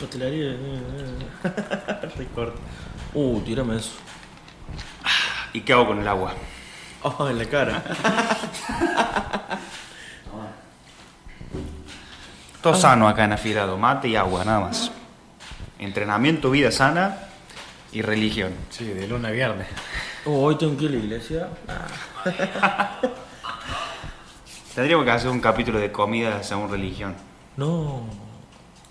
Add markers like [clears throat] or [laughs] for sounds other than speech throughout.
Pastelería. eh, eh. Recorte. Uh, tirame eso. ¿Y qué hago con el agua? Oh, en la cara. Ah. Todo sano acá en Afilado, mate y agua, nada más. Entrenamiento, vida sana y religión. Sí, de luna a viernes. [laughs] Oh, hoy tengo que ir a la iglesia. Ah, Tendríamos que hacer un capítulo de comida según religión. no. Oh,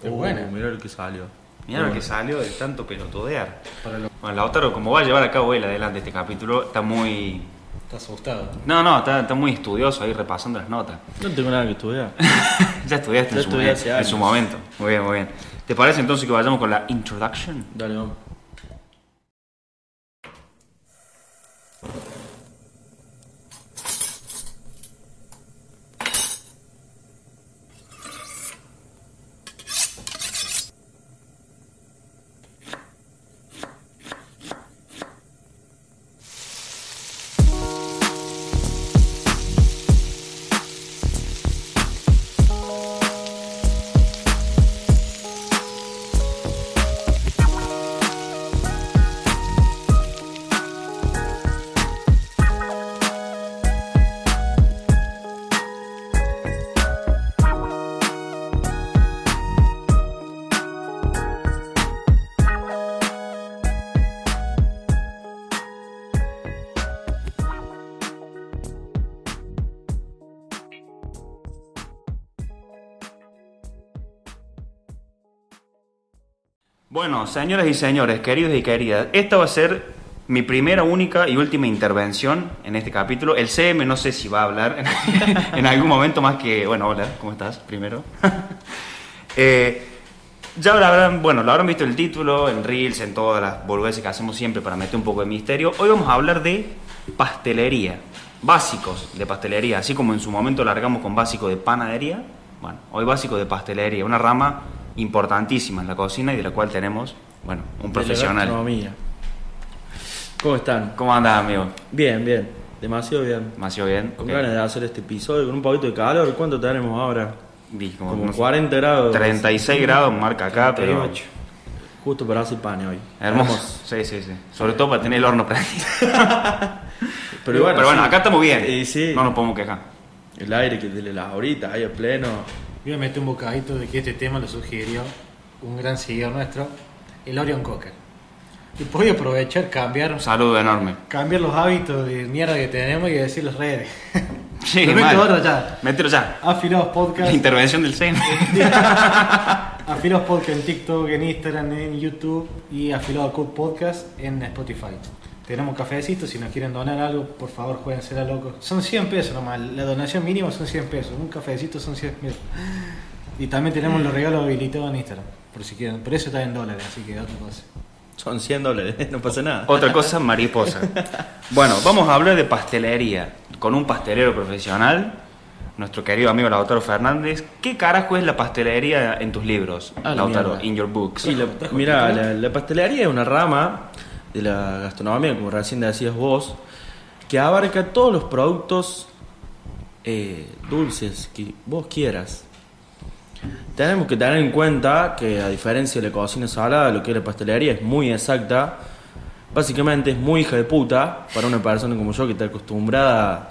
Es buena. Mirá lo que salió. Mira lo que salió de tanto pelotudear. Para lo Bueno, Lautaro, como va a llevar a cabo él adelante este capítulo, está muy... está asustado. No, no, está, está muy estudioso ahí repasando las notas. [laughs] No tengo nada que estudiar. ya estudiaste Ya en, su, estudié hace en años. su momento. Muy bien, muy bien. ¿Te parece entonces que vayamos con la introduction? Dale, vamos. Bueno, señoras y señores, queridos y queridas, esta va a ser mi primera, única y última intervención en este capítulo. El CM no sé si va a hablar [laughs] en algún momento más que, bueno, hola, ¿cómo estás? Primero. Eh, ya lo habrán, bueno, lo habrán visto en el título, en Reels, en todas las boludeces que hacemos siempre para meter un poco de misterio. Hoy vamos a hablar de pastelería, básicos de pastelería, así como en su momento largamos con básico de panadería, bueno, hoy básico de pastelería, una rama importantísima en la cocina y de la cual tenemos, bueno, un De la profesional. gastronomía. ¿Cómo están? ¿Cómo andas, amigo? Bien, bien. Demasiado bien. ¿Demasiado bien? Con Ok. ganas de hacer este episodio con un poquito de calor. ¿Cuánto tenemos ahora? Vi como Como unos 40 grados. 36 grados marca acá, pero... 38. Justo para hacer pan hoy. Hermoso. Sí, sí, sí. Sobre todo para tener el horno prendido. Pero bueno, sí. acá estamos bien. Y sí. No nos podemos quejar. El aire que de las horitas ahí a pleno. Yo me metí un bocadito de que este tema lo sugirió un gran seguidor nuestro, el Orion Cocker. Y voy a aprovechar, cambiar, Un saludo enorme. cambiar los hábitos de mierda que tenemos y decir las redes. Sí, [laughs] Lo meto mal. ahora ya. Mételo ya. Afilados La Podcast. intervención del [laughs] CEN. Afilados Podcast en TikTok, en Instagram, en YouTube y Afilados Code Podcast en Spotify. Tenemos cafecitos, si nos quieren donar algo, por favor, jueguense la loco. Son 100 pesos nomás, la donación mínima son 100 pesos, un cafecito son 100 pesos. Y también tenemos los regalos habilitados en Instagram, por si quieren, pero eso está en dólares, así que otra cosa. Son 100 dólares, [laughs] no pasa nada. Otra cosa, mariposa. Bueno, vamos a hablar de pastelería. Con un pastelero profesional, nuestro querido amigo Lautaro Fernández. ¿Qué carajo es la pastelería en tus libros, Ah, la Lautaro? mierda. In your books. Sí, la- mirá, la, la pastelería es una rama de la gastronomía, como recién decías vos, que abarca todos los productos eh, dulces que vos quieras. Tenemos que tener en cuenta que a diferencia de la cocina salada, lo que es la pastelería es muy exacta. Básicamente es muy hija de puta para una persona como yo que está acostumbrada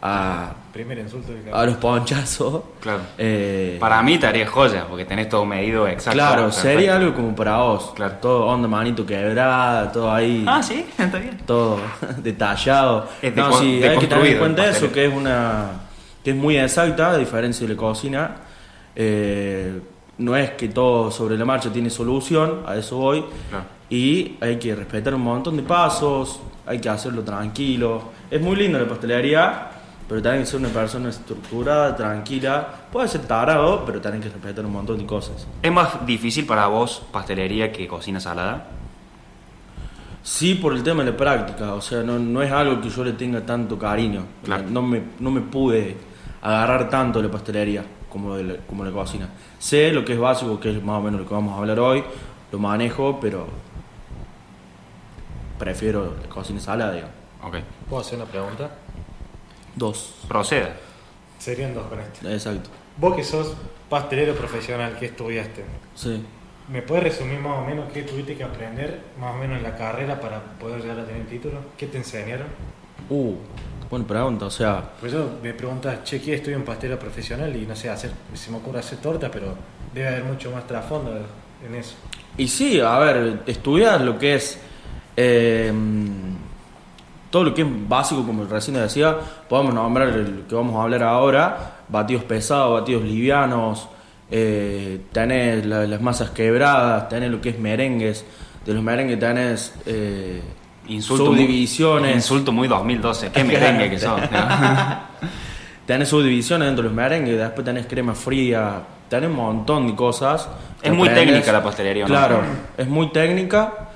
a, Primer insulto del a los ponchazos. Claro. Eh, Para mí te haría joya, porque tenés todo medido exacto. Claro, perfecto. sería algo como para vos. Claro. Todo onda manito quebrada, todo ahí. Ah, sí, está bien. Todo [laughs] detallado. Es no, decon- sí, hay que tener deconstruido en cuenta el eso, pastel. que es una. que es muy exacta, a diferencia de la cocina. Eh, no es que todo sobre la marcha tiene solución, a eso voy. Claro. Y hay que respetar un montón de pasos, hay que hacerlo tranquilo. Es muy lindo la pastelería, pero también que ser una persona estructurada, tranquila. Puede ser tarado, pero también hay que respetar un montón de cosas. ¿Es más difícil para vos pastelería que cocina salada? Sí, por el tema de la práctica, o sea, no, no es algo que yo le tenga tanto cariño. Claro. No, me, no me pude agarrar tanto de la pastelería como de la, como de la cocina. Sé lo que es básico, que es más o menos lo que vamos a hablar hoy, lo manejo, pero prefiero la cocina salada, digamos. Ok. ¿Puedo hacer una pregunta? Dos, Proceda. Serían dos con este. esto. exacto. Vos que sos pastelero profesional, que estudiaste, Sí. ¿Me puedes resumir más o menos qué tuviste que aprender, más o menos en la carrera, para poder llegar a tener título? ¿Qué te enseñaron? Uh, buena pregunta. O sea, Por eso Pues me preguntas, che, ¿qué estoy en pastelero profesional? Y no sé, hacer, se me ocurre hacer torta, pero debe haber mucho más trasfondo en eso. Y sí, a ver, estudiar lo que es eh, todo lo que es básico, como recién decía, podemos nombrar el que vamos a hablar ahora, batidos pesados, batidos livianos, eh, tenés la- las masas quebradas, tenés lo que es merengues, de los merengues tenés eh, muy- subdivisiones, Insulto muy 2012. Qué merengue que sos. [laughs] tenés subdivisiones dentro de los merengues, después tenés crema fría, tenés un montón de cosas. Es muy Aprendes- técnica la pastelería, ¿no? Claro, es muy técnica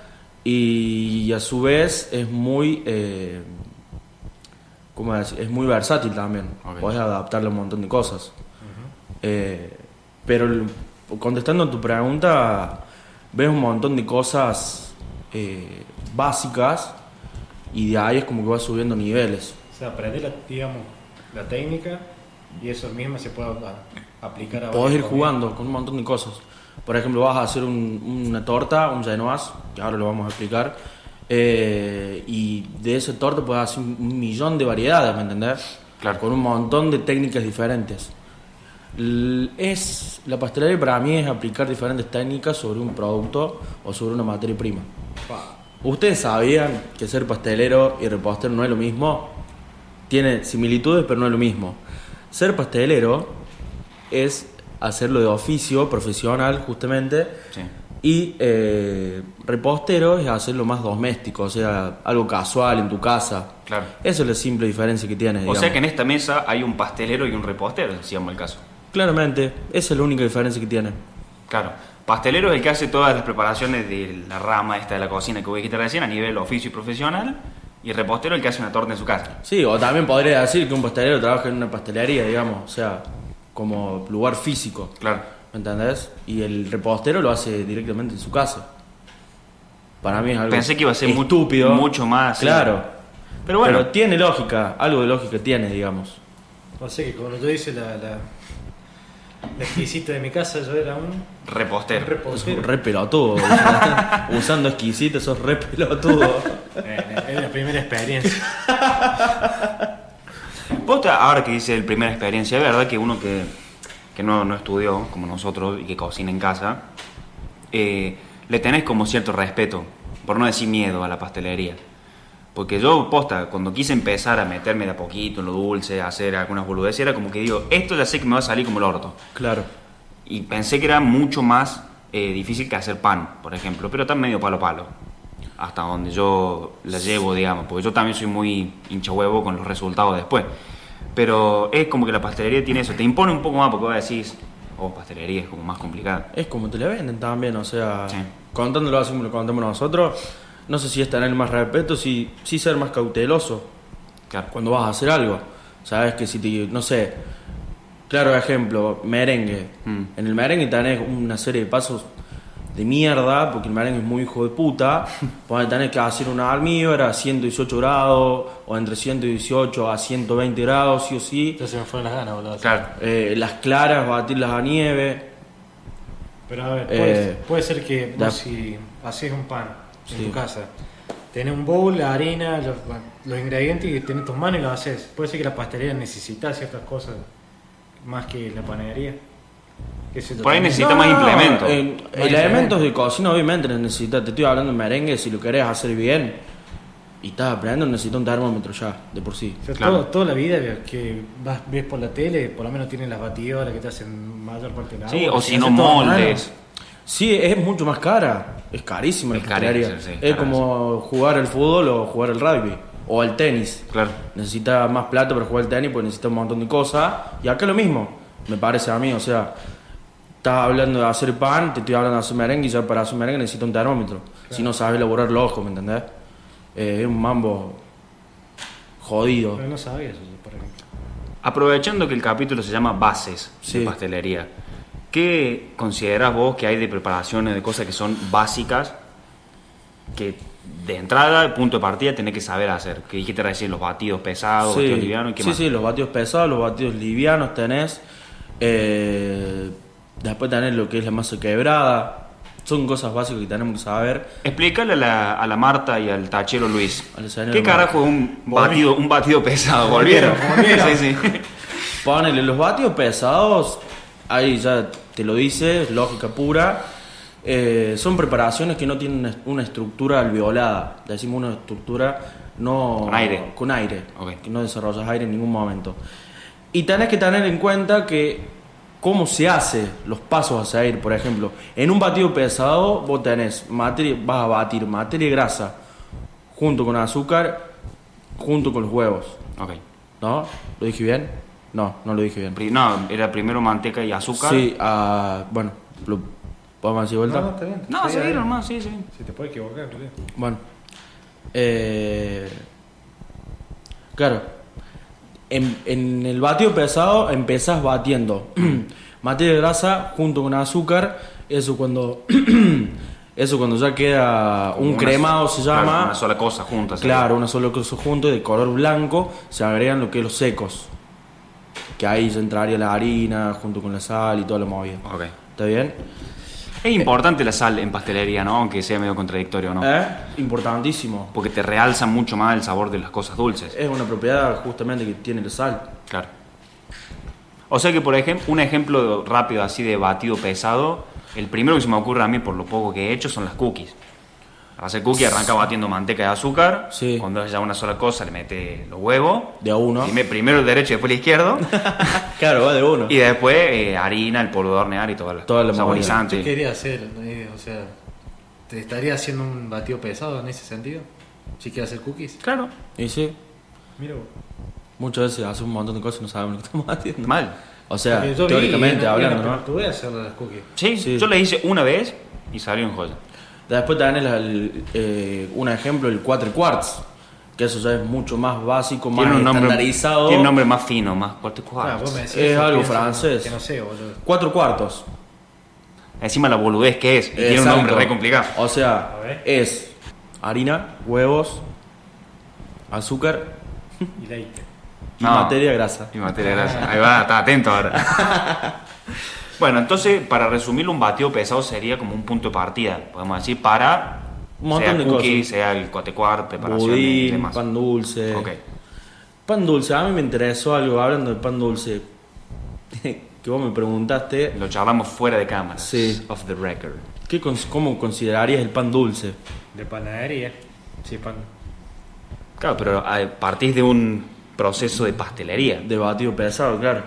y a su vez es muy, eh, ¿cómo decir? Es muy versátil también. Ok. Podés adaptarle un montón de cosas. Eh, pero el- contestando a tu pregunta, ves un montón de cosas eh, básicas y de ahí es como que vas subiendo niveles. O sea, aprender la, digamos, la técnica y eso mismo se puede a- aplicar a Podés ir varias comidas. jugando con un montón de cosas. Por ejemplo, vas a hacer un- una torta, un genoise, que ahora lo vamos a explicar. eh, y de esa torta puedes hacer un, un millón de variedades, ¿me entendés? Claro. Con un montón de técnicas diferentes. L- es, la pastelería para mí es aplicar diferentes técnicas sobre un producto o sobre una materia prima. Pa. ¿Ustedes sabían que ser pastelero y repostero no es lo mismo? Tiene similitudes, pero no es lo mismo. Ser pastelero es hacerlo de oficio, profesional, justamente, Sí. y eh, repostero es hacerlo más doméstico, o sea, algo casual en tu casa. Claro. Esa es la simple diferencia que tiene. O digamos. sea que en esta mesa hay un pastelero y un repostero, si llamo el caso. Claramente, esa es la única diferencia que tiene. Claro. Pastelero es el que hace todas las preparaciones de la rama esta de la cocina que vos dijiste recién a nivel oficio y profesional. Y repostero el que hace una torta en su casa. Sí, o también podría decir que un pastelero trabaja en una pastelería, digamos, o sea, como lugar físico. Claro. ¿Me entendés? Y el repostero lo hace directamente en su casa. Para mí es algo Pensé que iba a ser mu- estúpido. mucho más, sí. Claro. Pero bueno. Pero tiene lógica, algo de lógica tiene, digamos. O sea que cuando yo hice la, la, la exquisita de mi casa, yo era un Repostero. Sos repostero. un re pelotudo. usando- [laughs] Usando exquisito, sos re pelotudo. [laughs] Eh, Es la primera experiencia. Posta, ahora que dice el primera experiencia, es verdad que uno que, que no, no estudió, como nosotros, y que cocina en casa, eh, le tenés como cierto respeto, por no decir miedo a la pastelería. Porque yo, posta, cuando quise empezar a meterme de a poquito en lo dulce, a hacer algunas boludeces, era como que digo, esto ya sé que me va a salir como el orto. Claro. Y pensé que era mucho más eh, difícil que hacer pan, por ejemplo, pero está medio palo a palo. Hasta donde yo la llevo, digamos, porque yo también soy muy hincha huevo con los resultados después. Pero es como que la pastelería tiene eso, te impone un poco más porque vos decís, oh, pastelería es como más complicada. Es como te la venden también, o sea, Sí. contándolo así como lo contamos nosotros, no sé si es tener más respeto, si, si ser más cauteloso. Claro. cuando vas a hacer algo. Sabes que si te, no sé, claro ejemplo, merengue. Mm. En el merengue tenés una serie de pasos de mierda, porque el merengue es muy hijo de [laughs] puta. Podés tenés que hacer una almíbara a 118 grados, o entre 118 a 120 grados, sí o sí. Entonces me fueron las ganas, boludo. Claro. Eh, las claras, batirlas a nieve. Pero a ver, puede, Eh, puede ser que vos da- si haces un pan en Sí. tu casa, tenés un bowl, la harina, los, los ingredientes y tenés tus manos y los haces. Puede ser que la pastelería necesita ciertas cosas más que la panadería. Qué sé yo, Por ahí también. Necesita más implementos. eh, Más elementos implementos. de cocina, obviamente, los necesitas. Te estoy hablando de merengue, si lo querés hacer bien y estás aprendiendo, necesitas un termómetro ya, de por sí. O sea, Claro. todo- toda la vida que vas, ves por la tele, por lo menos tienen las batidoras que te hacen mayor parte de la Sí, agua, o se si hace no todo a mano. moldes. Sí, es mucho más cara. Es carísima la Es carísima, pastelería. sí, es cara, como jugar al fútbol o jugar al rugby o al tenis. Claro. Necesita más plata para jugar al tenis porque necesita un montón de cosas. Y acá lo mismo, me parece a mí. O sea, estás hablando de hacer pan, te estoy hablando de hacer merengue y ya para hacer merengue necesito un termómetro. Si no sabes elaborar los ojos, ¿me entendés? Eh, es un mambo jodido. Pero no sabía eso, por ejemplo. Aprovechando que el capítulo se llama Bases Sí. de Pastelería, ¿qué consideras vos que hay de preparaciones, de cosas que son básicas, que de entrada, punto de partida, tenés que saber hacer? Que dijiste recién, los batidos pesados, Sí, batidos livianos, ¿qué sí, más? sí, los batidos pesados, los batidos livianos tenés. eh, después tenés lo que es la masa quebrada. son cosas básicas que tenemos que saber. Explícale a la, a la Marta y al tachero Luis. A la señora ¿Qué Marta. carajo es un Volvieron. batido, un batido [laughs] pesado? Volvieron. Volvieron. [laughs] Sí, sí. Ponele, los vatios pesados, ahí ya te lo dice, lógica pura. eh, son preparaciones que no tienen una, una estructura alveolada. Decimos una estructura no. Con aire. Con aire. Ok. Que no desarrollas aire en ningún momento. Y tenés que tener en cuenta que cómo se hace los pasos hacia aire, por ejemplo. En un batido pesado, vos tenés materia, vas a batir materia y grasa junto con azúcar, junto con los huevos. Ok. ¿No? ¿Lo dije bien? No, no lo dije bien. Pri- No, era primero manteca y azúcar. Sí, ah, bueno, lo, ¿podemos decir vuelta? No, no, está bien. No, Sí, se ahí. vieron, no, sí, sí. Si te puede equivocar, boludo. Bueno. Eh, claro. En, en el batido pesado empezás batiendo [clears throat] materia grasa junto con azúcar. Eso cuando. [clears throat] eso cuando ya queda un Una- cremado se claro, llama. una sola cosa juntas. Claro, una sola cosa junto de color blanco, se agregan lo que es los secos. Que ahí ya entraría la harina junto con la sal y toda la movida. Ok. ¿Está bien? Es importante la sal en pastelería, ¿no? Aunque sea medio contradictorio, ¿no? ¿Eh? Importantísimo. Porque te realza mucho más el sabor de las cosas dulces. Es una propiedad justamente que tiene la sal. Claro. O sea que, por ejemplo, un ejemplo rápido así de batido pesado, el primero que se me ocurre a mí por lo poco que he hecho son las cookies. Para hacer cookies arranca batiendo manteca y azúcar. Sí. Cuando es ya una sola cosa le mete los huevos. De a uno. Y me- primero el derecho y después [laughs] el izquierdo. Claro, va de uno. y después eh, harina, el polvo de hornear y todas las Toda la Yo saborizantes. quería hacer, eh, o sea, ¿te estaría haciendo un batido pesado en ese sentido? Si quieres hacer cookies. Claro. Y sí, Mira vos. muchas veces hace un montón de cosas y no sabemos lo que estamos [laughs] haciendo. Mal. O sea, teóricamente hablando, ¿no? Tú voy a hacer las cookies. Sí, Sí. yo le hice una vez y salió en joya. Después también es el, eh, un ejemplo, el 4 quarts. Que eso ya es mucho más básico, más Tiene un nombre, estandarizado. tiene un nombre más fino, más cuarto Ah, vos me decís Es eso, algo pienso que no- francés. Que no sé, boludo. Cuatro cuartos. Encima la boludez que es. Y tiene un Exacto. nombre re complicado. O A sea, ver. es harina, huevos, azúcar Y leite. y No. materia grasa. Y materia grasa. Ahí va, está atento ahora. [laughs] bueno, entonces, para resumirlo, un batido pesado sería como un punto de partida, podemos decir, para. Un montón sea de cookie, cosas. sea el cuatecuar, preparación y Budín, demás. pan dulce. Ok. Pan dulce, a mí me interesó algo hablando de pan dulce. [laughs] que vos me preguntaste, Lo charlamos fuera de cámara. Sí. Off the record. ¿qué cons- ¿cómo considerarías el pan dulce? De panadería. Sí, pan. Claro, pero a- partís de un proceso de pastelería. De batido pesado, claro.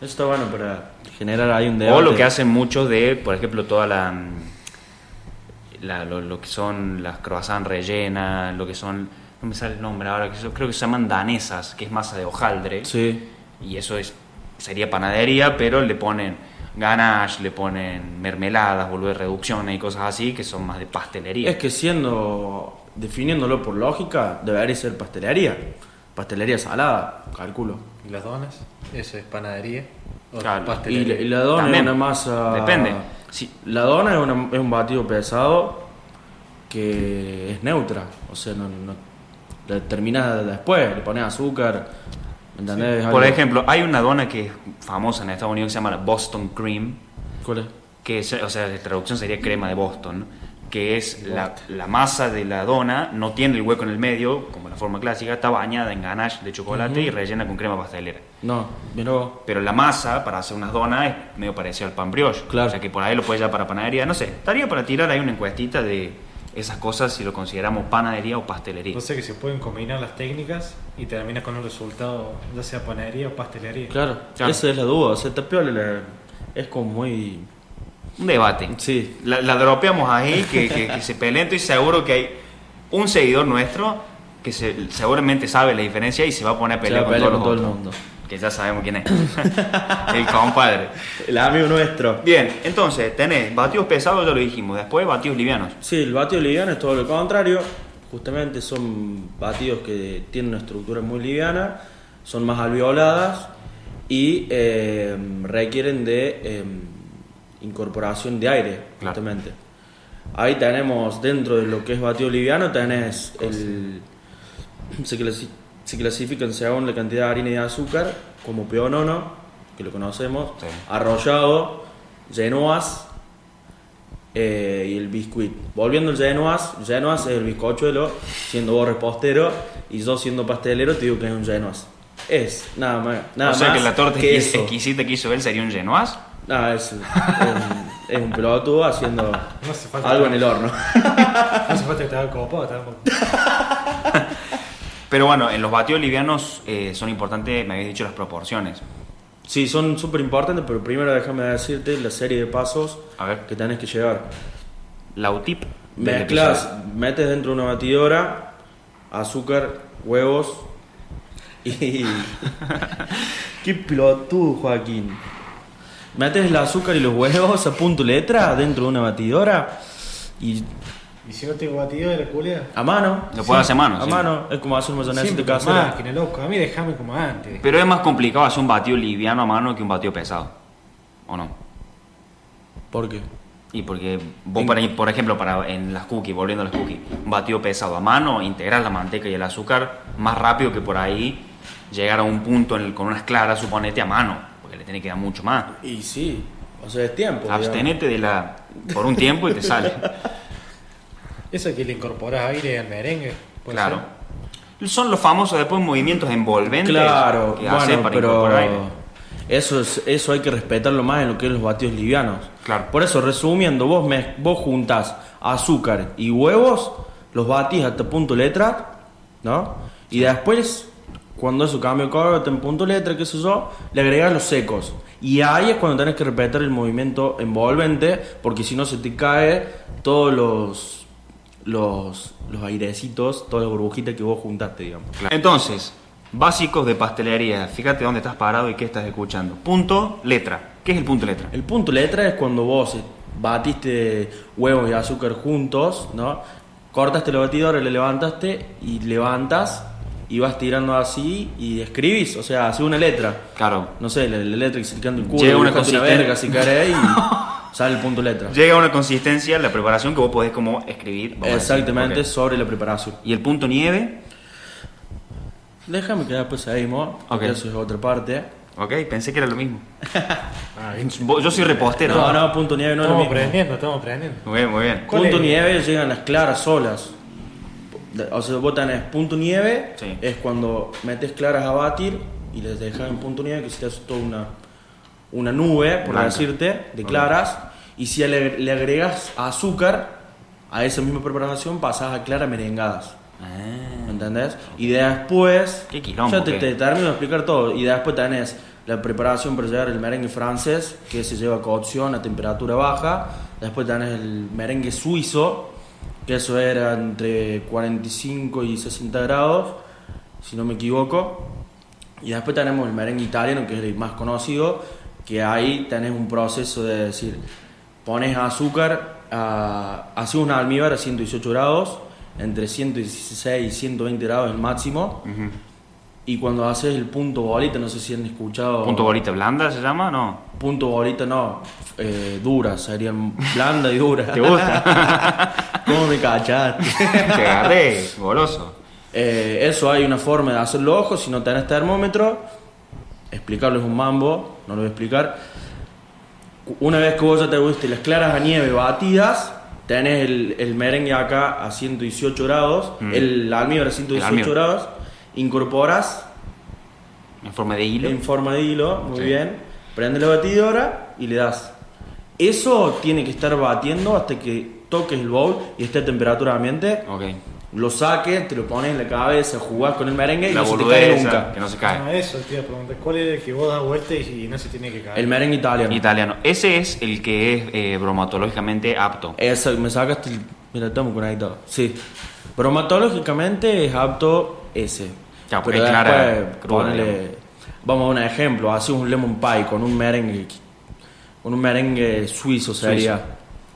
Eso está bueno para generar ahí un debate. O lo que hacen muchos de, por ejemplo, toda la, mm, la- lo, lo que son las croissants rellenas, lo que son, no me sale el nombre ahora, que eso- creo que se llaman danesas, que es masa de hojaldre. Sí. Y eso es sería panadería, pero le ponen ganache, le ponen mermeladas, volver reducciones y cosas así, que son más de pastelería. Es que siendo, definiéndolo por lógica, debería ser pastelería. Pastelería salada, calculo. ¿Y las donas? Eso es panadería. O Claro, Y, la- pastelería. y la dona También. es una masa... Depende. Sí. La dona es, una- es un batido pesado que es neutra. O sea, no, no- la terminás después, le pones azúcar. ¿Me entendés? Es Por algo- ejemplo, hay una dona que es famosa en Estados Unidos que se llama la Boston Cream, ¿Cuál es? que es- o sea, la traducción sería crema de Boston, que es la, la masa de la dona, no tiene el hueco en el medio, como la forma clásica, está bañada en ganache de chocolate y rellena con crema pastelera. No, mirá vos. Pero la masa para hacer unas donas es medio parecido al pan brioche. Claro. O sea que por ahí lo puedes llevar para panadería. No sé, estaría para tirar ahí una encuestita de esas cosas si lo consideramos panadería o pastelería. Pues No sé que se pueden combinar las técnicas y terminas con un resultado, ya sea panadería o pastelería. Claro, Claro. esa es la duda. O sea, está piola la- es como muy... Un debate. Sí. La, la dropeamos ahí, que, que- que se peleen. Estoy seguro que hay un seguidor nuestro que se- seguramente sabe la diferencia y se va a poner a Se va a pelear con, pelear todos con todo el los otros. mundo. Que ya sabemos quién es. [laughs] el compadre. El amigo nuestro. Bien, entonces tenés batidos pesados, ya lo dijimos. Después batidos livianos. Sí, el batido liviano es todo lo contrario. Justamente son batidos que tienen una estructura muy liviana, son más alveoladas y eh, requieren de eh, incorporación de aire, Claro. justamente. Ahí tenemos, dentro de lo que es batido liviano, tenés el... Se, clasi- se clasifican según la cantidad de harina y de azúcar, como peonono, que lo conocemos, Sí. arrollado, genoas, eh, y el biscuit. Volviendo al Genoas, Genoas es el bizcochuelo, siendo vos repostero y yo siendo pastelero te digo que es un Genoas. Es, nada más. Nada o sea más que la torta que exquis- eso. exquisita que hizo él sería un genoise. No, es, es un- es un pelotudo haciendo No hace falta. algo en el horno. No hace falta que te haga copa, tampoco. Pero bueno, en los batidos livianos eh, son importantes, me habéis dicho, las proporciones. Sí, son súper importantes, pero primero déjame decirte la serie de pasos A ver, que tenés que llevar. la UTIP. del Mezclas, episodio. metes dentro de una batidora azúcar, huevos [laughs] y. ¡Qué pelotudo, Joaquín! Metes el azúcar y los huevos a punto letra dentro de una batidora y ¿Y si no tengo batido de la culea? a mano. Lo puedes hacer a mano, A sí. mano, es como hacer un mayonesa en tu Siempre con casera. máquina, loco. A mí déjame como antes. Pero es más complicado hacer un batido liviano a mano que un batido pesado. ¿O no? ¿Por qué? Y porque vos, por, ahí- por ejemplo, para en las cookies, volviendo a las cookies, un batido pesado a mano, integrar la manteca y el azúcar más rápido que por ahí llegar a un punto en el- con unas claras, suponete, a mano, porque le tiene que dar mucho más. Y sí, o sea, es tiempo. digamos. Abstenete de la, por un tiempo y te sale. Eso que le incorporas aire al merengue. puede claro. ser. Son los famosos después movimientos envolventes Claro, que haces bueno, para pero incorporar aire. eso es, eso hay que respetarlo más en lo que es los batidos livianos. Claro. Por eso, resumiendo, vos me, vos juntás azúcar y huevos, los batís hasta punto letra, ¿no? Y después, cuando eso cambia de color, en punto letra, qué sé yo, le agregás los secos. Y ahí es cuando tenés que respetar el movimiento envolvente, porque si no se te cae todos los los, los airecitos, todas las burbujitas que vos juntaste, digamos. Claro. Entonces, básicos de pastelería. Fíjate dónde estás parado y qué estás escuchando. Punto, letra. ¿Qué es el punto letra? El punto letra es cuando vos batiste huevos y azúcar juntos, ¿no? Cortaste la batidora, le levantaste y levantas y vas tirando así y escribís, o sea, haces una letra. Claro. No sé, la, la letra que se le canta el culo, Llega una dibujate consisten- verga si querés [laughs] y sale el punto letra. Llega a una consistencia la preparación que vos podés como escribir. vamos a decir. Exactamente, Ok. sobre la preparación. Y el punto nieve. Déjame que después seguimos, porque Ok. eso es otra parte. Ok, pensé que era lo mismo. Ah, Vos- Yo soy repostero. No, no, punto nieve no es lo estamos mismo. aprendiendo, estamos aprendiendo. Muy bien, muy bien. ¿Cuál Punto es? nieve llegan las claras solas. O sea, vos tenés punto nieve, Sí. es cuando metes claras a batir y les dejas en punto nieve que se te hace toda una, una nube, por Blanca. decirte, de claras. Y si le, le agregas azúcar a esa misma preparación, pasas a claras merengadas. ¿Me Ah, entendés? Y después. Qué quilombo, Ya te, ¿qué? te termino de explicar todo. Y después tenés la preparación para llevar el merengue francés, que se lleva a cocción a temperatura baja. Después tenés el merengue suizo, que eso era entre 45 y 60 grados, si no me equivoco. Y después tenemos el merengue italiano, que es el más conocido, que ahí tenés un proceso de decir, pones azúcar, a- haces un almíbar a 118 grados, entre 116 y 120 grados el máximo, ujú. y cuando haces el punto bolita, no sé si han escuchado... ¿Punto bolita blanda se llama? No. Punto bolita no, eh, dura, serían blanda y dura. ¿Te gusta? [laughs] ¿Cómo me cachaste? Te agarré, goloso. Eh, eso hay una forma de hacerlo ojo, si no tenés termómetro, explicarlo es un mambo, no lo voy a explicar. Cu- Una vez que vos ya te guste las claras a nieve batidas, tenés el, el merengue acá a 118 grados, Mm. el almíbar a 118 almíbar. grados, incorporas En forma de hilo. en forma de hilo, muy Sí. bien, prende la batidora y le das. Eso tiene que estar batiendo hasta que toques el bowl y esté a temperatura ambiente Ok. lo saques, te lo pones en la cabeza, jugás con el merengue y La no se te cae boludez nunca. que no se cae. Ah, eso te iba a preguntar. ¿Cuál es el que vos das vuelta y, y no se tiene que caer? El merengue italiano. Italiano. Ese es el que es eh, bromatológicamente apto. Eso, me sacaste el... Mira, estamos conectados. Sí. Bromatológicamente es apto ese. Ya, porque es clara, después cruda, ponele- digamos. Vamos a un ejemplo. Haces un lemon pie con un merengue... Con un merengue suizo sería...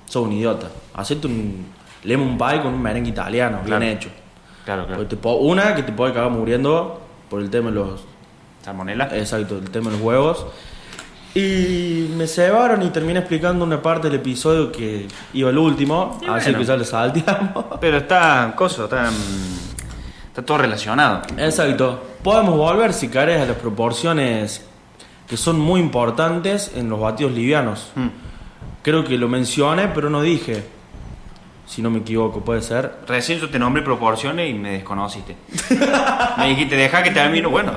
Sos un idiota. Hacete un lemon pie con un merengue italiano. Claro. Bien hecho. Claro, claro. Porque te po- una que te puede cagar muriendo por el tema de los Salmonela. Exacto, el tema de los huevos. Y me cebaron y terminé explicando una parte del episodio que iba el último, Y así bueno. que ya lo salteamos. Pero está coso, está, mm, está todo relacionado. Exacto. Podemos volver, si querés, a las proporciones que son muy importantes en los batidos livianos. Mm. Creo que lo mencioné, pero no dije. Si no me equivoco, puede ser. Recién yo te nombré proporciones y me desconociste. [laughs] me dijiste, deja que termino. Bueno,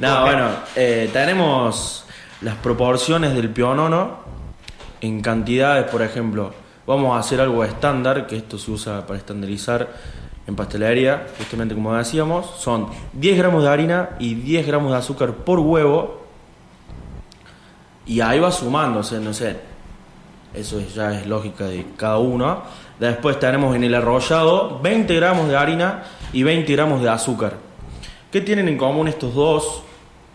No, bueno, eh, tenemos las proporciones del pionono en cantidades, por ejemplo. Vamos a hacer algo estándar, que esto se usa para estandarizar en pastelería, justamente como decíamos. Son 10 gramos de harina y 10 gramos de azúcar por huevo. Y ahí va sumando, o sea, no sé. Eso ya es lógica de cada uno. Después tenemos en el arrollado 20 gramos de harina y 20 gramos de azúcar. ¿Qué tienen en común estos dos?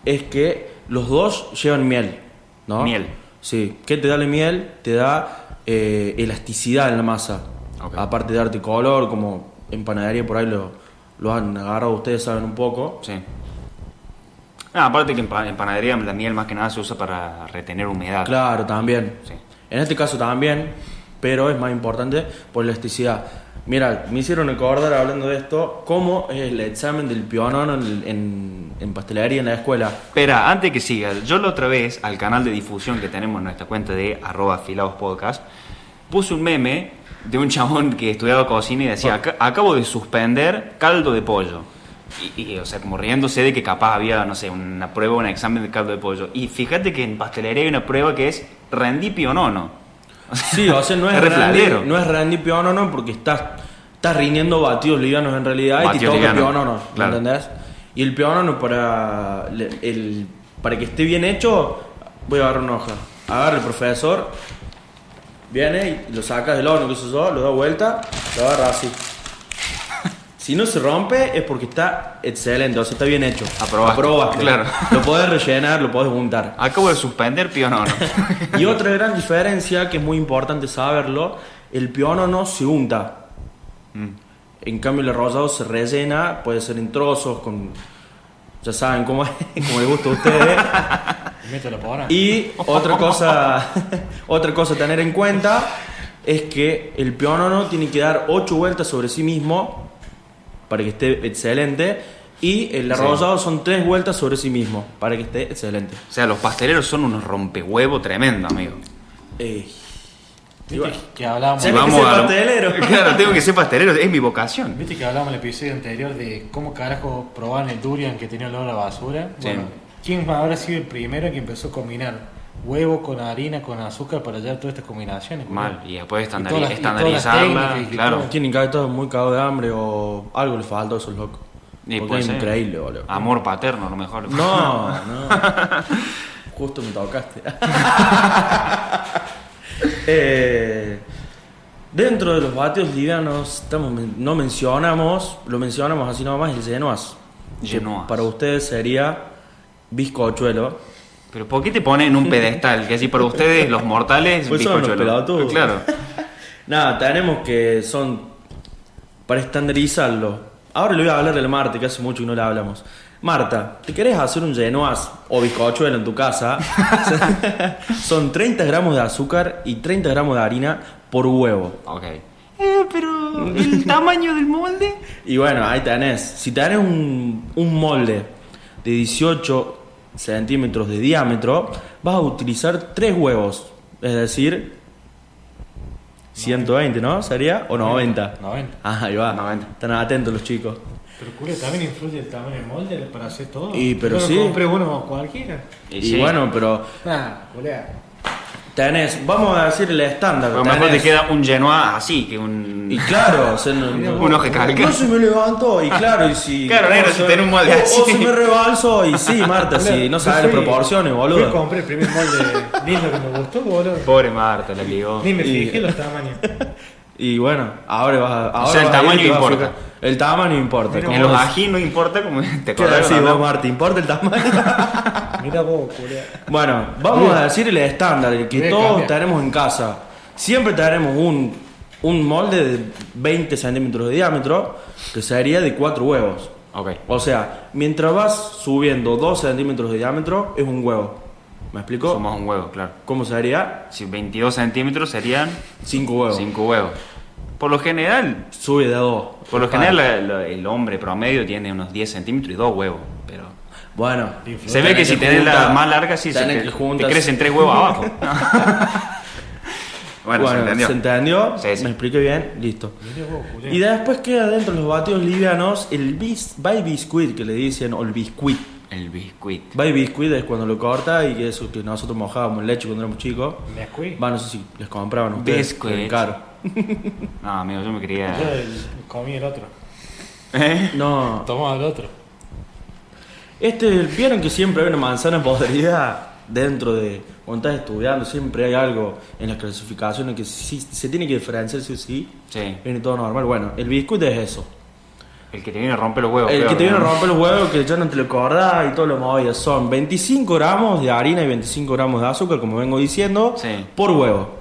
Es que los dos llevan miel, ¿no? Miel. Sí. ¿Qué te da la miel? Te da eh, elasticidad en la masa. Ok. Aparte de darte color, como en panadería por ahí lo, lo han agarrado, ustedes saben un poco. sí. Ah, aparte que en, pa- en panadería la miel más que nada se usa para retener humedad. Claro, también. Sí. En este caso también, pero es más importante por elasticidad. Mira, me hicieron acordar hablando de esto, cómo es el examen del pionono en, el- en- en pastelería en la escuela. Espera, antes que sigas, yo la otra vez al canal de difusión que tenemos en nuestra cuenta de arroba afilados podcast, puse un meme de un chabón que estudiaba cocina y decía, "Aca- acabo de suspender caldo de pollo. Y, y, o sea, como riéndose de que capaz había, no sé, una prueba, un examen de caldo de pollo. Y fíjate que en pastelería hay una prueba que es rendí pionono. Sí, o sea, no es, Es re Randy, flandero. no es Randy Pionono porque estás, estás rindiendo batidos livianos en realidad y te Batidos toca livianos, Pionono, ¿me claro. ¿entendés? Y el Pionono para, le- el, para que esté bien hecho, voy a agarrar una hoja. Agarra el profesor, viene y lo sacas del horno, que sé yo, lo da vuelta, lo agarra [laughs] así. Si no se rompe es porque está excelente, o sea, está bien hecho. Aprobaste. Claro. Lo podés rellenar, lo podés juntar. Acabo de suspender pionono. [laughs] Y otra gran diferencia que es muy importante saberlo, el pionono no se unta. En cambio el arrollado se rellena, puede ser en trozos, con ya saben cómo es, [laughs] como les gusta a ustedes. Mételo por ahora. Y otra cosa, [laughs] otra cosa a tener en cuenta es que el pionono tiene que dar 8 vueltas sobre sí mismo para que esté excelente y el arrollado son 3 vueltas sobre sí mismo para que esté excelente. o sea, los pasteleros son unos rompehuevos tremendo, amigo. Ey. Viste que hablábamos. Sí, viste que ser a lo- pastelero. [laughs] Claro, tengo que ser pastelero, es mi vocación. Viste que hablábamos en el episodio anterior de cómo carajo probaban el durian que tenía olor a basura. Sí. Bueno, ¿quién más habrá sido el primero que empezó a combinar huevo con harina, con azúcar para hallar todas estas combinaciones? Mal, y después todas estandari- las- y todas las estandarizarla, técnicas y claro. todo. Tienen que haber estado muy cagados de hambre o algo le faltó a esos locos. Y Porque puede es ser. Ah. increíble, boludo. Amor paterno, a lo mejor. No, no. Justo me [laughs] tocaste. [laughs] Eh, dentro de los batidos livianos estamos men- no mencionamos, lo mencionamos así nomás, el genoas. que Genoas. Para ustedes sería bizcochuelo. [laughs] Pero ¿por qué te ponen en un pedestal? Que así para ustedes, los mortales, Pues son bizcochuelo. los pelotudos. Claro. Nada, tenemos que son para estandarizarlo. Ahora le voy a hablar de la Marta, que hace mucho que no le hablamos. Marta, ¿te querés hacer un genoas o bizcochuelo en tu casa? [laughs] son 30 gramos de azúcar y 30 gramos de harina por huevo. Ok. Eh, pero el tamaño del molde. Y bueno, ahí tenés. Si tenés un, un molde de 18 centímetros de diámetro, vas a utilizar 3 huevos. Es decir, 120, ¿no? ¿Sería? ¿O 90? 90. Ah, ahí va. 90. Están atentos los chicos. Pero culo, también influye el tamaño del molde para hacer todo. Y, pero Yo no sí. compré uno cualquiera. Y Y, sí. bueno, pero Nah, culea. tenés, vamos a decir el estándar. A lo mejor te tenés- queda un genoa así que un. Y claro, o sea, [laughs] no, no- Un ojo de calca. No se me levantó, y claro, y si. Claro, negro, o si se- tenés un molde o- así. O se me rebalsó, y [laughs] sí, Marta, si no sabes las proporciones, Yo boludo. compré el primer molde lindo que me gustó, boludo. [laughs] Pobre Marta, la ligó. Ni me Y- fijé los tamaños. Y bueno, ahora vas a. ahora sea, el vas a ir y tamaño te vas a importa. fijar. El tamaño importa. Mira, como En los es- ají no importa como te ¿Qué acordás, decís ¿no? vos, Marta? ¿Importa el tamaño? Mira vos, culea. bueno, vamos a decir el estándar, el que Bien, todos cambia. tenemos en casa. Siempre tenemos un, un molde de 20 centímetros de diámetro, que sería de 4 huevos. Ok. O sea, mientras vas subiendo 2 centímetros de diámetro, es un huevo. ¿Me explico? Somos un huevo, claro. ¿Cómo sería? Si 22 centímetros serían 5 huevos. 5 huevos. Por lo general, Sube de a 2. Por lo general, la- la- el hombre promedio tiene unos 10 centímetros y dos huevos. Pero Bueno, se ve que si tenés la juntar- más larga, sí, se tenés [laughs] te, que juntar- te crecen tres huevos abajo. Bueno, se entendió. se entendió, Sí, sí. me expliqué bien, listo. Mirá vos, Julián. Y después queda dentro de los batidos livianos el bis, by biscuit que le dicen, o el biscuit. El biscuit. By biscuit es cuando lo corta y que eso que nosotros mojábamos en leche cuando éramos chicos. Nesquik. Va, no sé si les compraban ustedes. Biscuit. era caro. No, amigo, yo me Yo quería. el- comí el otro. ¿Eh? No. Tomaba el otro. Este, vieron que siempre hay una manzana [laughs] podrida dentro de. Cuando estás estudiando, siempre hay algo en las clasificaciones que sí, se tiene que diferenciar, sí o sí. Sí. Viene todo normal. Bueno, el biscuit es eso. El que te viene a romper los huevos. El creo, que te viene a ¿no? romper los huevos, que ya no te lo acordás y todo lo movido. Son 25 gramos de harina y 25 gramos de azúcar, como vengo diciendo, Sí. por huevo.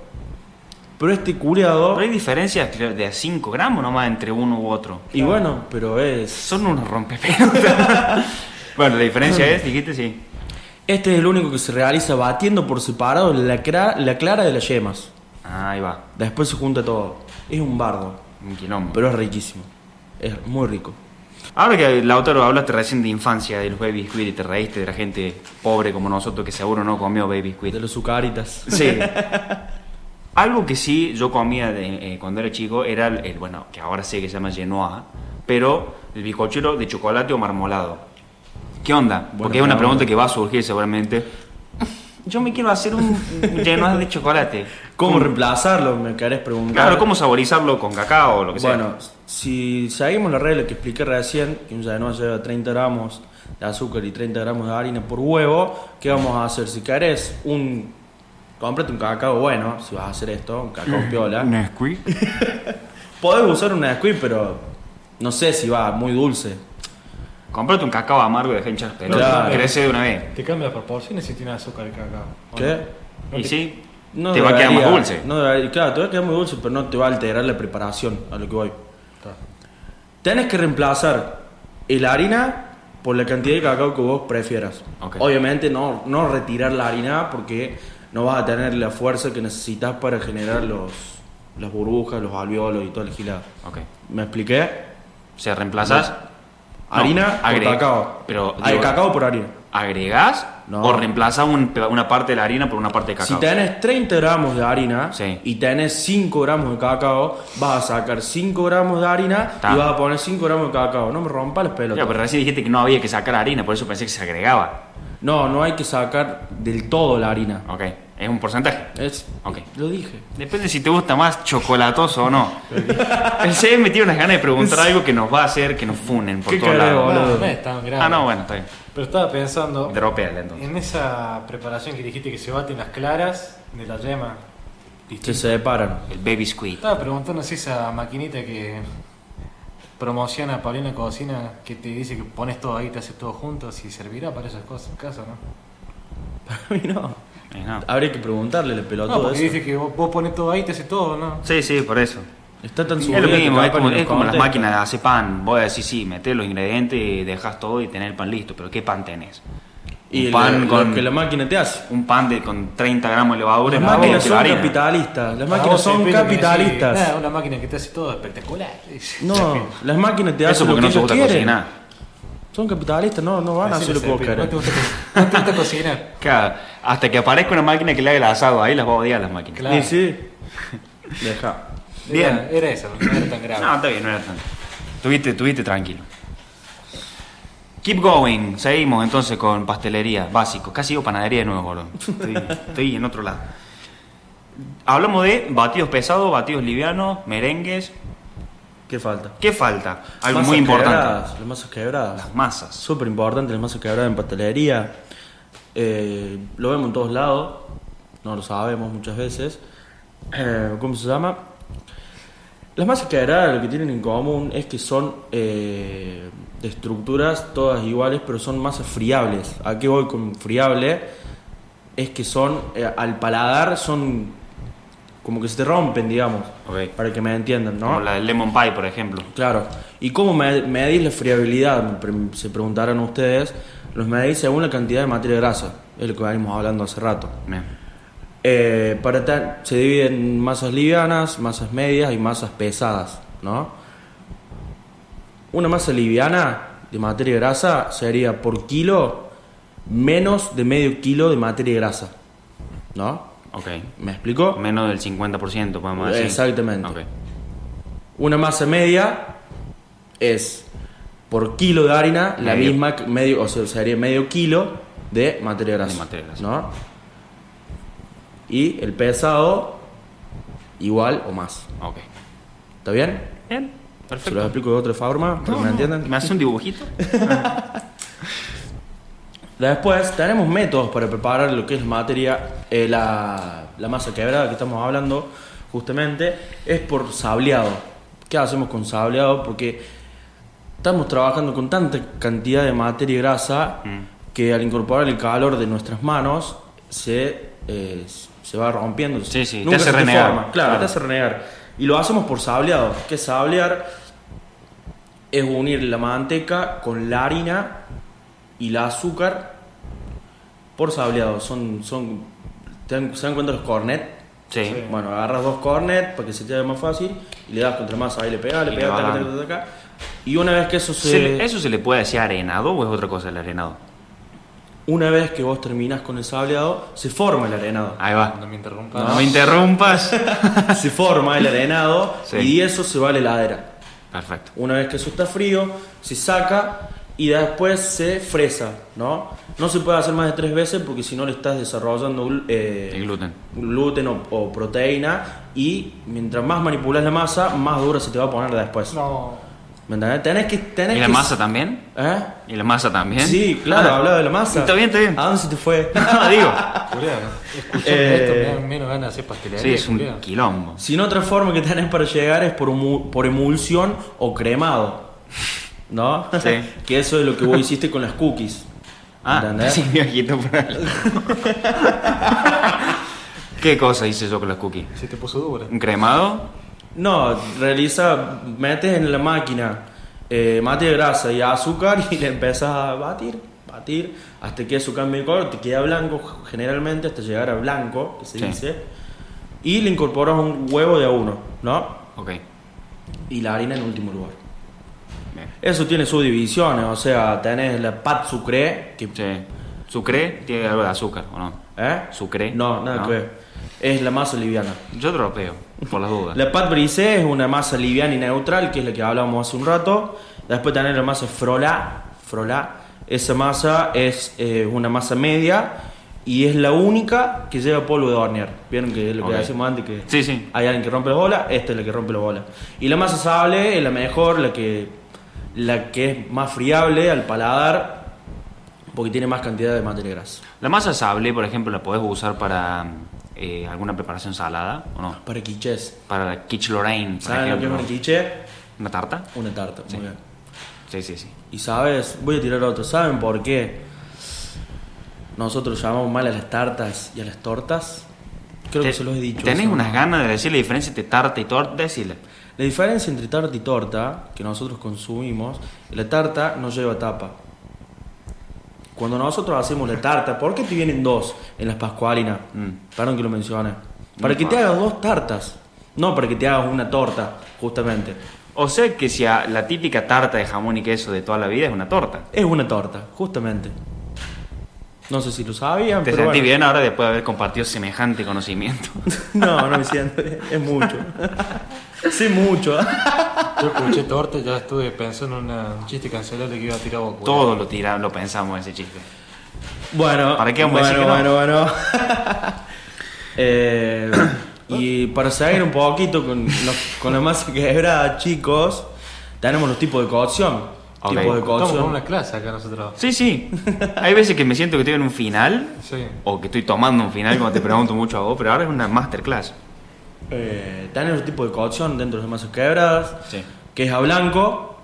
Pero este curiado. Pero hay diferencias creo, de 5 gramos nomás entre uno u otro. Y bueno, pero es. Son unos rompepelotas. [laughs] bueno, la diferencia es, dijiste, sí. Este es el único que se realiza batiendo por separado la, cra- la clara de las yemas. Ah, ahí va. Después se junta todo. Es un bardo, Un quilombo. pero es riquísimo. Es muy rico. Ahora que Lautaro hablaste recién de infancia, de los baby squid y te reíste de la gente pobre como nosotros que seguro no comió baby squid. De los sucaritas. Sí. [laughs] Algo que sí yo comía de- eh, cuando era chico era el, el- bueno, que ahora sé que se llama Genoa, pero el bizcochuelo de chocolate o marmolado. ¿Qué onda? Porque es una pregunta. pregunta que va a surgir seguramente. Yo me quiero hacer un Genoa de chocolate. ¿Cómo reemplazarlo? Me querés preguntar. Claro, ¿cómo saborizarlo con cacao o lo que sea? Bueno, si seguimos la regla que expliqué recién, que un no lleva 30 gramos de azúcar y 30 gramos de harina por huevo, ¿qué vamos a hacer? Si querés un... Cómprate un cacao bueno, si vas a hacer esto, un cacao Mm. piola. Nesquik. Podés usar un Nesquik, pero no sé si va muy dulce. Comprate un cacao amargo y deja hinchar pero Claro. crece de una vez. Te cambia las proporciones si tiene azúcar el cacao. ¿o ¿Qué? no? Y te- sí, No te va a quedar más debería- dulce. No debería- claro, te va a quedar muy dulce, pero no te va a alterar la preparación a lo que voy. Está. Tenés que reemplazar la harina por la cantidad de cacao que vos prefieras. Ok. Obviamente no, no retirar la harina porque no vas a tener la fuerza que necesitas para generar los, las burbujas, los alveolos y todo el gilado. Ok. ¿Me expliqué? O sea, reemplazas, Harina por agregué. cacao. Pero, Ah, el digo- cacao por harina. agregas No. o reemplazas un- una parte de la harina por una parte de cacao. Si tenés 30 gramos de harina Sí. y tenés 5 gramos de cacao, vas a sacar 5 gramos de harina Ta. y vas a poner 5 gramos de cacao. No me rompa las pelotas. Ya, pero recién dijiste que no había que sacar harina, por eso pensé que se agregaba. No, no hay que sacar del todo la harina. Ok, es un porcentaje. Es, Ok. Lo dije. Depende si te gusta más chocolatoso [laughs] o no. El CM tiene unas ganas de preguntar algo que nos va a hacer que nos funen por ¿Qué todos querés, lados. boludo? No, no es tan grave. Ah, no, bueno, está bien. Pero estaba pensando Dropeale entonces. en esa preparación que dijiste que se baten las claras de la yema. Se separan. [laughs] El baby squid. Estaba preguntando si esa maquinita que promociona Paulina Cocina, que te dice que pones todo ahí, te haces todo junto, si servirá para esas cosas, caso, ¿no? Para mí no. Eh, no. Habría que preguntarle la pelota No, todo porque eso. dice que vos, vos pones todo ahí, te haces todo, ¿no? Sí, sí, por eso. Está tan es subido lo que mismo, capaz es como, ni nos es como las contesta. máquinas de hacer pan. Voy a decir, sí, metés los ingredientes y dejas todo y tenés el pan listo. Pero ¿qué pan tenés? Y Un el pan con- que la máquina te hace. un pan de, con 30 gramos de levadura Las y medio máquinas kilo son de harina. capitalistas. Las Para máquinas vos son depende que decís, capitalistas. "Nah, Eh, una máquina que te hace todo espectacular. [laughs] No, las máquinas te Eso hacen lo porque que no te ellos gusta quieren. cocinar. Son capitalistas, no, no van a hacer lo Decilo que vos siempre, querés. No te gusta, co- no te gusta [laughs] cocinar. Claro, hasta que aparezca una máquina que le haga el asado, ahí las va a odiar las máquinas. Claro. Y sí. Deja. Bien. Era, era eso, no era tan grave. No, está bien, no era tanto. Tuviste, tuviste tranquilo. Keep going, seguimos entonces con pastelería, básico. Casi digo panadería de nuevo, boludo. [laughs] Estoy, estoy en otro lado. Hablamos de batidos pesados, batidos livianos, merengues. ¿Qué falta? ¿Qué falta? Algo Masas muy importante. quebradas, las masas quebradas. Las masas. Súper importante las masas quebradas en pastelería. Eh, lo vemos en todos lados. No lo sabemos muchas veces. Eh, ¿Cómo se llama? Las masas quebradas lo que tienen en común es que son eh, de estructuras todas iguales, pero son masas friables. ¿A qué voy con friable? Es que son, eh, al paladar, son como que se te rompen, digamos. Ok. Para que me entiendan, ¿no? Como la del lemon pie, por ejemplo. Claro. ¿Y cómo me- medís la friabilidad? Me pre- Se preguntarán ustedes. Los medís según la cantidad de materia grasa. Es lo que venimos hablando hace rato. Bien. Eh, para tal- se dividen en masas livianas, masas medias y masas pesadas, ¿no? Una masa liviana de materia grasa sería por kilo menos de medio kilo de materia grasa, ¿no? Ok. ¿Me explico? Menos del 50%, podemos decir. Exactamente. Ok. Una masa media es por kilo de harina la Medio. misma que- medio, o sea, sería medio kilo de materia grasa, De materia grasa. ¿no? Y el pesado igual o más. Ok. ¿Está bien? Bien. Se los Perfecto. explico de otra forma, para que me entiendan. ¿Me hace un dibujito? Después tenemos métodos para preparar lo que es materia, eh, la, la masa quebrada que estamos hablando justamente, es por sableado. ¿Qué hacemos con sableado? Porque estamos trabajando con tanta cantidad de materia y grasa Mm. que al incorporar el calor de nuestras manos se, eh, se va rompiendo. Sí, sí, te Nunca hace se renegar. forma. Claro, Claro. te hace renegar. Y lo hacemos por sableado. ¿Qué es sablear? Es unir la manteca con la harina y la azúcar por sableado. Son, son, ¿te dan- ¿Se dan cuenta los cornet? [laughs] Sí. Sí. Bueno, agarras dos cornet para que se te haga más fácil y le das contra masa, ahí le pegas, le Y pegas, le taca, vas taca, taca, taca. Y una vez que eso se. ¿Se le- ¿Eso se le puede decir arenado o es otra cosa el arenado? Una vez que vos terminás con el sableado, se forma el arenado. [laughs] Ahí va. No me interrumpas. No, me interrumpas. se forma el arenado Sí. y eso se va a la heladera. Perfecto. Una vez que eso está frío, se saca y después se fresa, ¿no? No se puede hacer más de tres veces porque si no le estás desarrollando glu- eh, El gluten. gluten o, o proteína y mientras más manipulas la masa, más dura se te va a poner después. No. ¿Me entendés? Tenés que... Tenés ¿Y la que- masa también? ¿Eh? ¿Y la masa también? Sí, claro, Ah. hablaba de la masa. Ah, Está bien, está bien. ¿A dónde se te fue? [laughs] No, digo. Julián, escuchando Eh, esto me dan menos ganas de hacer pastelería. Sí, es un Julián. quilombo. [laughs] Si no, otra forma que tenés para llegar es por, emu- por emulsión o cremado. ¿No? Sí. [laughs] que eso es lo que vos hiciste con las cookies. Ah, ¿Entendés? [laughs] sí, mi ojito [laughs] por ahí. ¿Qué cosa hice yo con las cookies? Se te puso dura. ¿Un cremado? No, realiza, metes en la máquina eh, mate de grasa y azúcar y [laughs] le empezas a batir, batir, hasta que eso cambie de color, te queda blanco generalmente, hasta llegar a blanco, que se Sí. dice, y le incorporas un huevo de a uno, ¿no? Ok. Y la harina en último lugar. Bien. Eso tiene sus divisiones, o sea, tenés la pat sucré, que Sí. ¿Sucré tiene algo de azúcar o no? ¿Eh? ¿Sucré? No, nada que ver. Es la masa liviana. Yo dropeo, por las dudas. La pat brisé es una masa liviana y neutral, que es la que hablábamos hace un rato. Después tenés la masa frola. Frola. Esa masa es eh, una masa media y es la única que lleva polvo de hornear. Vieron que es lo que Ok. decíamos antes que Sí, sí. hay alguien que rompe la bola, esta es la que rompe la bola. Y la masa sable es la mejor, la que, la que es más friable al paladar porque tiene más cantidad de materia grasa. La masa sable, por ejemplo, la podés usar para eh, alguna preparación salada o no. Para quichés. Para la quiche Lorraine, por ¿Saben lo que es ejemplo. un quiche? ¿Una tarta? Una tarta, muy bien. Sí, sí, sí. Y sabes, voy a tirar otro, ¿saben por qué nosotros llamamos mal a las tartas y a las tortas? Creo que Te- se los he dicho. Tenés ¿no? unas ganas de decir la diferencia entre tarta y torta, decirle. La diferencia entre tarta y torta que nosotros consumimos, la tarta no lleva tapa. Cuando nosotros hacemos la tarta, ¿por qué te vienen dos en las pascualinas? Mm. Perdón que lo mencione. Para Mm, que te ah. hagas dos tartas, no para que te hagas una torta, justamente. O sea que si a la típica tarta de jamón y queso de toda la vida es una torta. Es una torta, justamente. No sé si lo sabían, Te pero sentí bueno. bien ahora después de haber compartido semejante [laughs] conocimiento. No, no me siento. bien. Es mucho. Sí, mucho. Yo escuché torta y ya estuve pensando en una- un chiste cancelable que iba a tirar vos. Julián. Todo lo tira, lo pensamos en ese chiste. Bueno. ¿Para qué vamos a bueno, decir que no? bueno, bueno, [laughs] Eh, y para seguir un poquito con, los- con la masa quebrada, chicos, tenemos los tipos de cocción. Ok. Tipos de Estamos cocción. con una clase acá nosotros. Sí, sí. Hay veces que me siento que estoy en un final, Sí. o que estoy tomando un final cuando te pregunto mucho a vos, pero ahora es una masterclass. Eh, tenemos los tipos de cocción dentro de las masas quebradas. Sí. que es a blanco.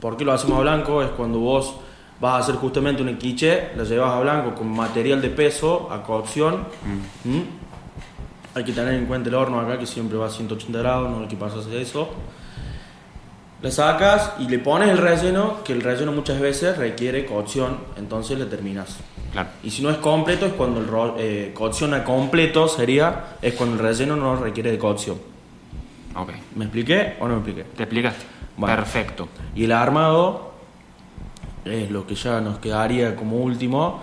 ¿Por qué lo hacemos a blanco? Es cuando vos vas a hacer justamente un quiche, la llevas a blanco con material de peso a cocción. ¿Mm? Hay que tener en cuenta el horno acá que siempre va a 180 grados, no hay que pasarse de eso. La sacas y le pones el relleno, que el relleno muchas veces requiere cocción, entonces le terminas. Claro. Y si no es completo, es cuando el ro- eh, cocciona completo, sería, es cuando el relleno no requiere de cocción. Ok. ¿Me expliqué o no me expliqué? ¿Te explicaste? Bueno. Perfecto. Y el armado es lo que ya nos quedaría como último,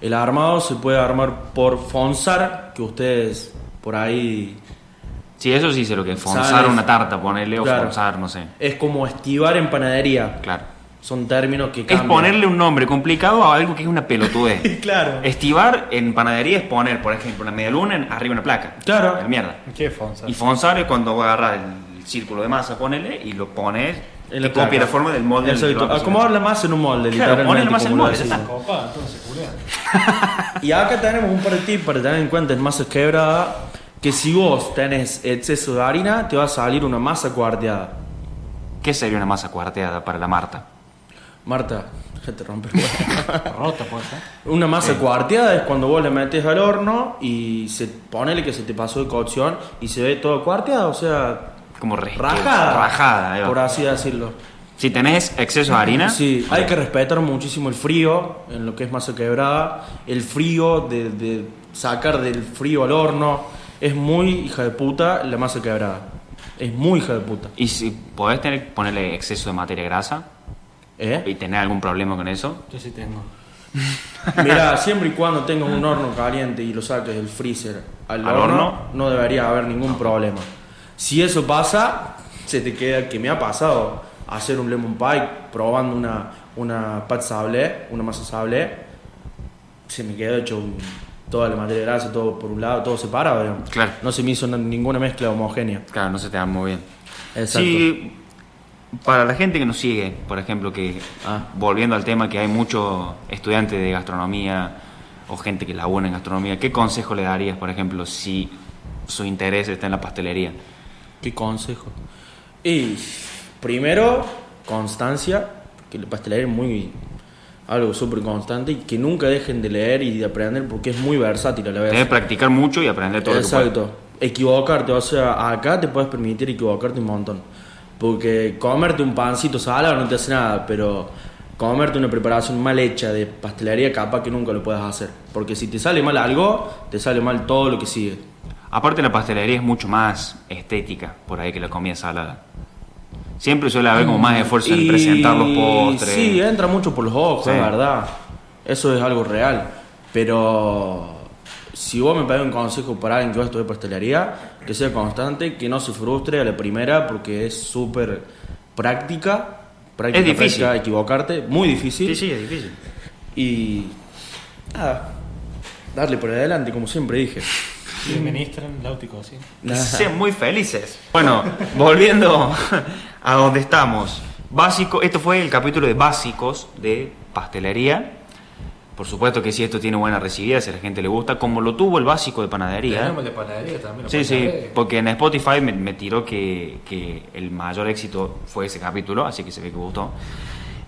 El armado se puede armar por Fonsar, que ustedes por ahí Sí, eso sí sé lo que es. Fonsar Sales. una tarta, ponerle o Claro. fonsar, no sé. es como estivar en panadería. Claro. Son términos que Es cambian. ponerle un nombre complicado a algo que es una pelotudez. [laughs] claro. Estivar en panadería es poner, por ejemplo, una media luna en- arriba una placa. Claro. Es mierda. ¿Qué es Fonsa? Y Fonsar es cuando vas a agarrar el círculo de masa, ponele, y lo pones. En En la la copia placa. la forma del molde. en el que lo Exacto. vas a Acomodarla más en un molde, Claro, literalmente, ponele más en como lo molde, ya decimos. está. Copa, entonces, Julián. Y acá tenemos un par de tips para tener en cuenta en masas quebradas, que si vos tenés exceso de harina, te va a salir una masa cuarteada. ¿Qué sería una masa cuarteada para la Marta? Marta, ya te rompe el huevo. [laughs] Rota, puede ser. Una masa cuarteada es cuando vos la metes al horno y se ponele que se te pasó de cocción y se ve todo cuarteado, o sea, Como res- rajada. Rajada, ahí va. Por así decirlo. Si tenés exceso de harina, Sí, hay que respetar muchísimo el frío en lo que es masa quebrada, el frío de, de sacar del frío al horno. Es muy hija de puta la masa quebrada. Es muy hija de puta. y si podés tener, ponerle exceso de materia grasa ¿Eh? y tener algún problema con eso, Yo sí [laughs] tengo. Mirá, siempre y cuando tengas un horno caliente y lo saques del freezer al, ¿Al horno, horno? no debería haber ningún problema. Si eso pasa, se te queda que me ha pasado hacer un lemon pie probando una, una pat sablé, una masa sablé, se me quedó hecho un- toda la materia grasa, todo por un lado, todo separado. digamos. Claro. No se me hizo na- ninguna mezcla homogénea. claro, no se te da muy bien. Exacto. Sí, para la gente que nos sigue, por ejemplo, que Ah. volviendo al tema que hay muchos estudiantes de gastronomía o gente que labora en gastronomía, ¿qué consejo le darías, por ejemplo, si su interés está en la pastelería? ¿Qué consejo? Y primero, constancia, que la pastelería es muy algo súper constante y que nunca dejen de leer y de aprender porque es muy versátil a la vez. Debes practicar mucho y aprender todo lo que Exacto. Equivocarte, o sea, acá te puedes permitir equivocarte un montón. Porque comerte un pancito salado no te hace nada, pero comerte una preparación mal hecha de pastelería capaz que nunca lo puedas hacer. Porque si te sale mal algo, te sale mal todo lo que sigue. puedas. Aparte, la pastelería es mucho más estética por ahí que la comida salada. Siempre suele haber como más esfuerzo en Y- presentar los postres. Sí, entra mucho por los ojos, Sí. es verdad. Eso es algo real. Pero si vos me pedís un consejo para alguien que va a estudiar pastelería, que sea constante, que no se frustre a la primera porque es súper práctica. Práctica, Es difícil. práctica, equivocarte, muy difícil. sí, sí, es difícil. Y nada, darle por adelante, como siempre dije. Y administran láutico, sí. Que sean muy felices. Bueno, volviendo a donde estamos. Básico, esto fue el capítulo de básicos de pastelería. Por supuesto que si esto tiene buena recibida, si a la gente le gusta, como lo tuvo el básico de ¿eh? panadería. Tenemos de panadería también. la Sí, sí, panadería. porque en Spotify me, me tiró que, que el mayor éxito fue ese capítulo, así que se ve que gustó.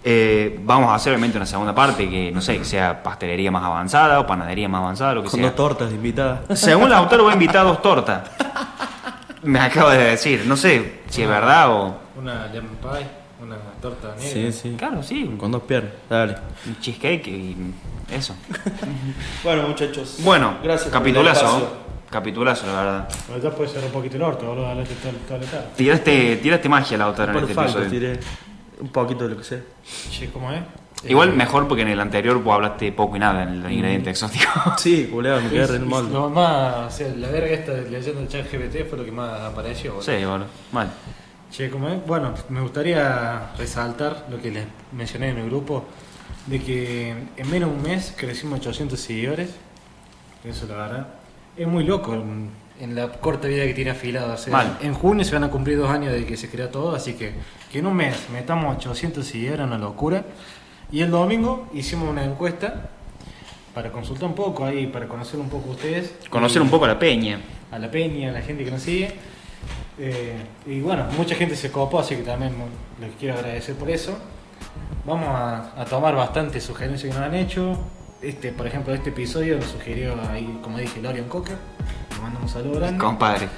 Eh, vamos a hacer obviamente una segunda parte que no sé, que sea pastelería más avanzada o panadería más avanzada, lo que Con sea. dos tortas de invitada. Según el autor, voy invitados torta. Me acaba de decir, no sé si es verdad o. Una lemon pie, una torta negra. Sí, sí. Claro, sí, un Con dos piernas, dale. cheesecake y eso. Bueno, muchachos. Bueno, gracias. por el espacio. capitulazo. Capitulazo, la verdad. Pero ya puede ser un poquito el orto, boludo, dale toda toda la tarde. Tiraste, tiraste magia, Lautaro, en Por este falta, episodio. tiré un poquito de lo que sé. Che, ¿cómo es? Igual Eh, mejor porque en el anterior vos hablaste poco y nada en el [laughs] ingrediente exótico. Sí, culeado, me quedé re en el molde. Lo más, o sea, la verga esta de leyendo el chat GPT fue lo que más apareció. boludo. sí, bueno, mal. Che, ¿cómo es? Bueno, me gustaría resaltar lo que les mencioné en el grupo, de que en menos de un mes crecimos 800 seguidores. Eso la verdad. Es muy loco en, en la corta vida que tiene afilado. o sea, Mal. En junio se van a cumplir dos años de que se creó todo, así que que en un mes metamos 800 seguidores, una locura. Y el domingo hicimos una encuesta para consultar un poco ahí, para conocer un poco a ustedes. Conocer un poco a la peña. a la peña, a la gente que nos sigue. Eh, y bueno, mucha gente se copó, así que también mu- les quiero agradecer por eso. Vamos a, a tomar bastantes sugerencias que nos han hecho. Este, por ejemplo, este episodio lo sugirió ahí, como dije, Lorian Cocker. Le mandamos un saludo grande. Compadre.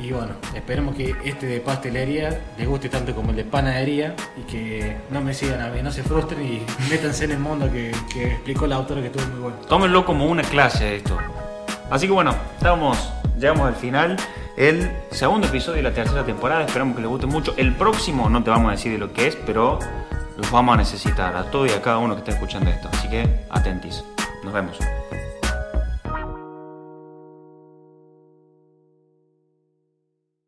Y bueno, esperemos que este de pastelería les guste tanto como el de panadería y que no me sigan a mí, no se frustren y [laughs] métanse en el mundo que, que explicó la autora que estuvo muy bueno. Tómenlo como una clase esto. Así que bueno, estamos, llegamos al final. El segundo episodio de la tercera temporada. Esperamos que les guste mucho. El próximo no te vamos a decir de lo que es, pero los vamos a necesitar a todos y a cada uno que esté escuchando esto. Así que atentis. Nos vemos.